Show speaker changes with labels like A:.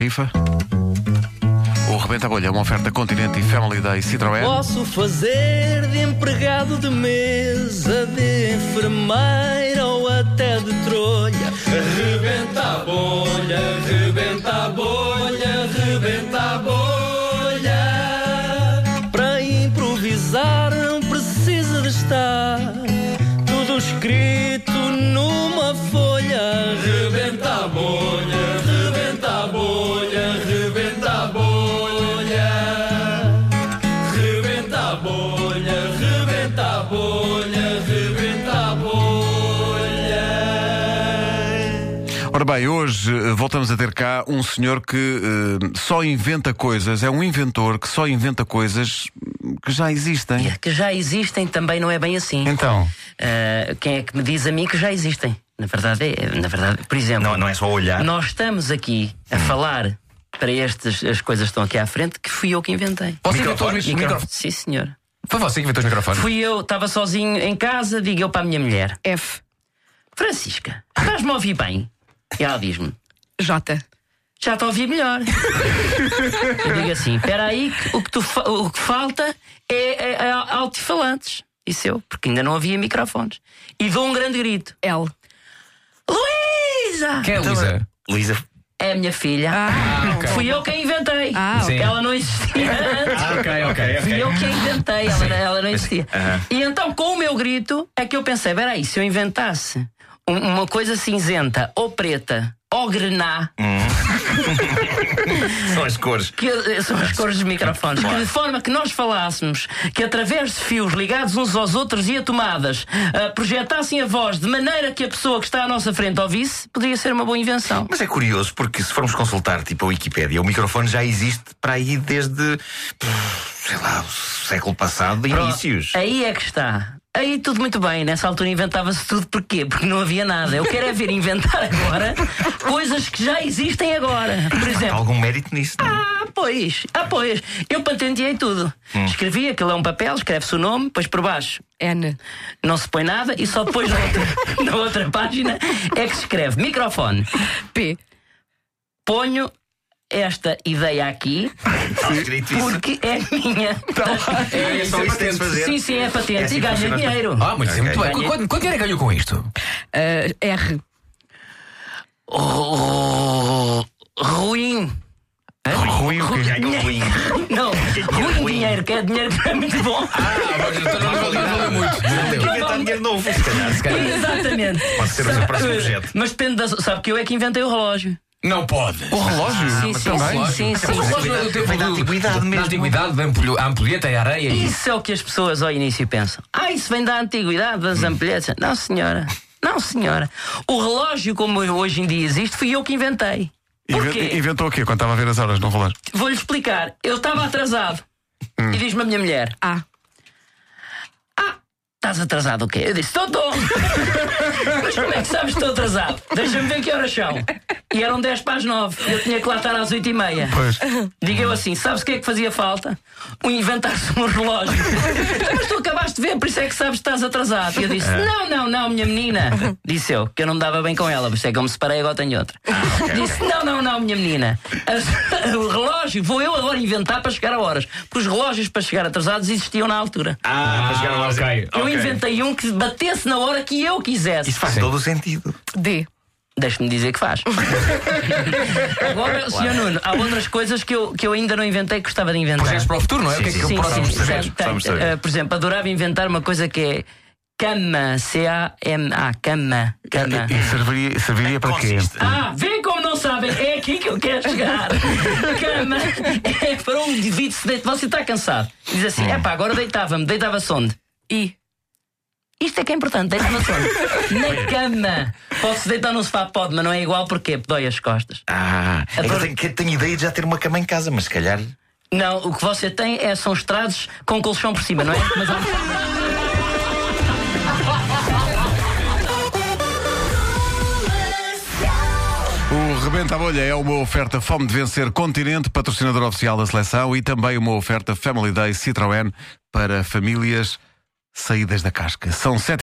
A: rifa. O Rebenta a Bolha é uma oferta Continente e Family Day Citroën.
B: Posso fazer de empregado de mesa, de enfermeira ou até de trolha.
C: Rebenta a bolha, rebenta a bolha, rebenta a bolha.
B: Para improvisar não precisa de estar tudo escrito numa folha.
C: Rebenta a bolha, rebenta a bolha, rebenta a bolha. Rebenta a bolha, rebenta a bolha, rebenta a bolha.
A: Ora bem, hoje eh, voltamos a ter cá um senhor que eh, só inventa coisas, é um inventor que só inventa coisas que já existem.
D: Que já existem também não é bem assim.
A: Então,
D: Ah, quem é que me diz a mim que já existem? Na verdade, é, na verdade, por exemplo,
E: Não, Hum. não é só olhar.
D: nós estamos aqui a falar para estas as coisas que estão aqui à frente que fui eu que inventei.
F: Você inventou os
D: Micro-
F: microfones?
D: Sim, senhor.
F: Foi você que inventou os microfones?
D: Fui eu, estava sozinho em casa, digo eu para a minha mulher:
G: F,
D: Francisca, estás-me a ouvir bem? E ela diz-me:
G: J.
D: já te ouvi melhor. eu digo assim: espera aí, que o que, tu fa- o que falta é, é, é altifalantes. Isso eu, porque ainda não havia microfones. E dou um grande grito:
G: L.
D: Luísa! Então,
F: Quem é a Luísa?
E: Luísa,
D: É a minha filha. Fui eu quem inventei.
G: Ah,
F: Sim.
D: Ela não existia antes.
E: ok, ok,
D: Fui eu
E: ok.
D: que a inventei, ela, ela não existia. E então, com o meu grito, é que eu pensei: peraí, se eu inventasse um- uma coisa cinzenta, ou preta, ou grená,
E: São as cores.
D: que eh, são as cores dos microfones, que de forma que nós falássemos que através de fios ligados uns aos outros e a tomadas ah, projetassem a voz de maneira que a pessoa que está à nossa frente ouvisse, poderia ser uma boa invenção.
E: Mas é curioso porque se formos consultar tipo a Wikipédia, o microfone já existe para aí desde pff, sei lá, o século passado, inícios.
D: Aí é que está. Aí tudo muito bem, nessa altura inventava-se tudo porquê? Porque não havia nada. Eu quero é ver inventar agora coisas que já existem agora. Por
E: Há
D: exemplo,
E: algum mérito nisso? não é?
D: Ah, pois, ah, pois. Eu patenteei tudo. Escrevi aquilo é um papel, escreve-se o nome, depois por baixo
G: N.
D: não se põe nada e só depois na outra, na outra página é que se escreve microfone.
G: P.
D: Ponho esta ideia aqui
E: Está escrito isso.
D: porque é minha.
E: É só isso que tens de fazer.
D: Sim, sim, é patente
E: assim
D: e
E: que
D: ganha
E: funciona.
D: dinheiro.
F: Ah, muito, muito bem.
D: Ok.
F: Qu- Quanto, quanto dinheiro é que ganhou com isto?
G: Ah, R.
D: Ru- Ruim.
E: Ruim, o que ganha um ruim.
D: Não, ruim dinheiro, que é dinheiro que não é muito bom.
E: Tem que inventar dinheiro novo, se calhar. se calhar.
D: Exatamente.
E: Pode ser o seu próximo objeto.
D: Mas depende da. Sabe que eu é que inventei o relógio.
F: Não pode.
A: o relógio?
D: Sim, sim, sim, sim,
F: Mas
D: sim.
F: o relógio não é do tempo
E: Vem da
F: do-
E: antiguidade
F: Da
E: mesmo.
F: antiguidade, da ampulho- a ampulheta e a areia. e-
D: Isso é o que as pessoas ao início pensam. Ah, isso vem da antiguidade, das ampulhetas. Não, senhora. Não, senhora. O relógio, como hoje em dia existe, fui eu que inventei.
A: Inven-
D: Porquê?
A: Inventou o quê? Quando estava a ver as horas no relógio?
D: Vou-lhe explicar. Eu estava atrasado. E diz-me a minha mulher:
G: A.
D: Estás atrasado o quê? Eu disse, estou, estou. Mas como é que sabes que estou atrasado? Deixa-me ver que horas são. E eram 10 para as 9. Eu tinha que lá estar às 8 e meia.
A: Pois.
D: Diga eu assim, sabes o que é que fazia falta? Um inventar-se um relógio. Então, Mas tu acabaste de ver, por isso é que sabes que estás atrasado. E eu disse, não, não, não, minha menina. Disse eu, que eu não me dava bem com ela, por isso é que eu me separei, agora tenho outra. Disse, não, não, não, minha menina. As- O relógio, vou eu agora inventar para chegar a horas. Porque os relógios para chegar atrasados existiam na altura.
E: Ah, mas chegaram lá.
F: ok.
D: Eu inventei um que batesse na hora que eu quisesse.
E: Isso faz todo o sentido.
G: D.
D: Deixe-me dizer que faz. Agora, Sr. Nuno, há outras coisas que eu, que eu ainda não inventei que gostava de inventar.
F: Projetos para o futuro, não é? O que é que
E: sim,
F: o
E: sim,
F: próximo
E: sim, sim.
F: projeto?
D: Tem-
E: projetos, vamos saber.
D: eh, por exemplo, adorava inventar uma coisa que é cama, C-A-M-A, cama, cama.
E: É,
A: E- E serviria, serviria para quê?
E: Consiste.
D: Ah, vê como não sabem, é aqui que eu quero chegar. Cama é para um indivíduo se deitar. Você está cansado. Diz assim:
E: Hum.
D: epá, agora deitava-me, deitava-se onde?
G: I.
D: Isto é que é importante, deitava-se onde? Na cama. Pode-se deitar no sofá, pode, mas não é igual porque dói as costas.
E: Ah, é que eu
D: Adoro.
E: tenho, que- tenho ideia de já ter uma cama em casa, mas se calhar.
D: Não, o que você tem é, são estrados com colchão por cima, não é? Mas há-
A: O Rebenta a Bolha é uma oferta Fome de Vencer Continente, patrocinador oficial da seleção, e também uma oferta Family Day Citroën para famílias saídas da casca. São sete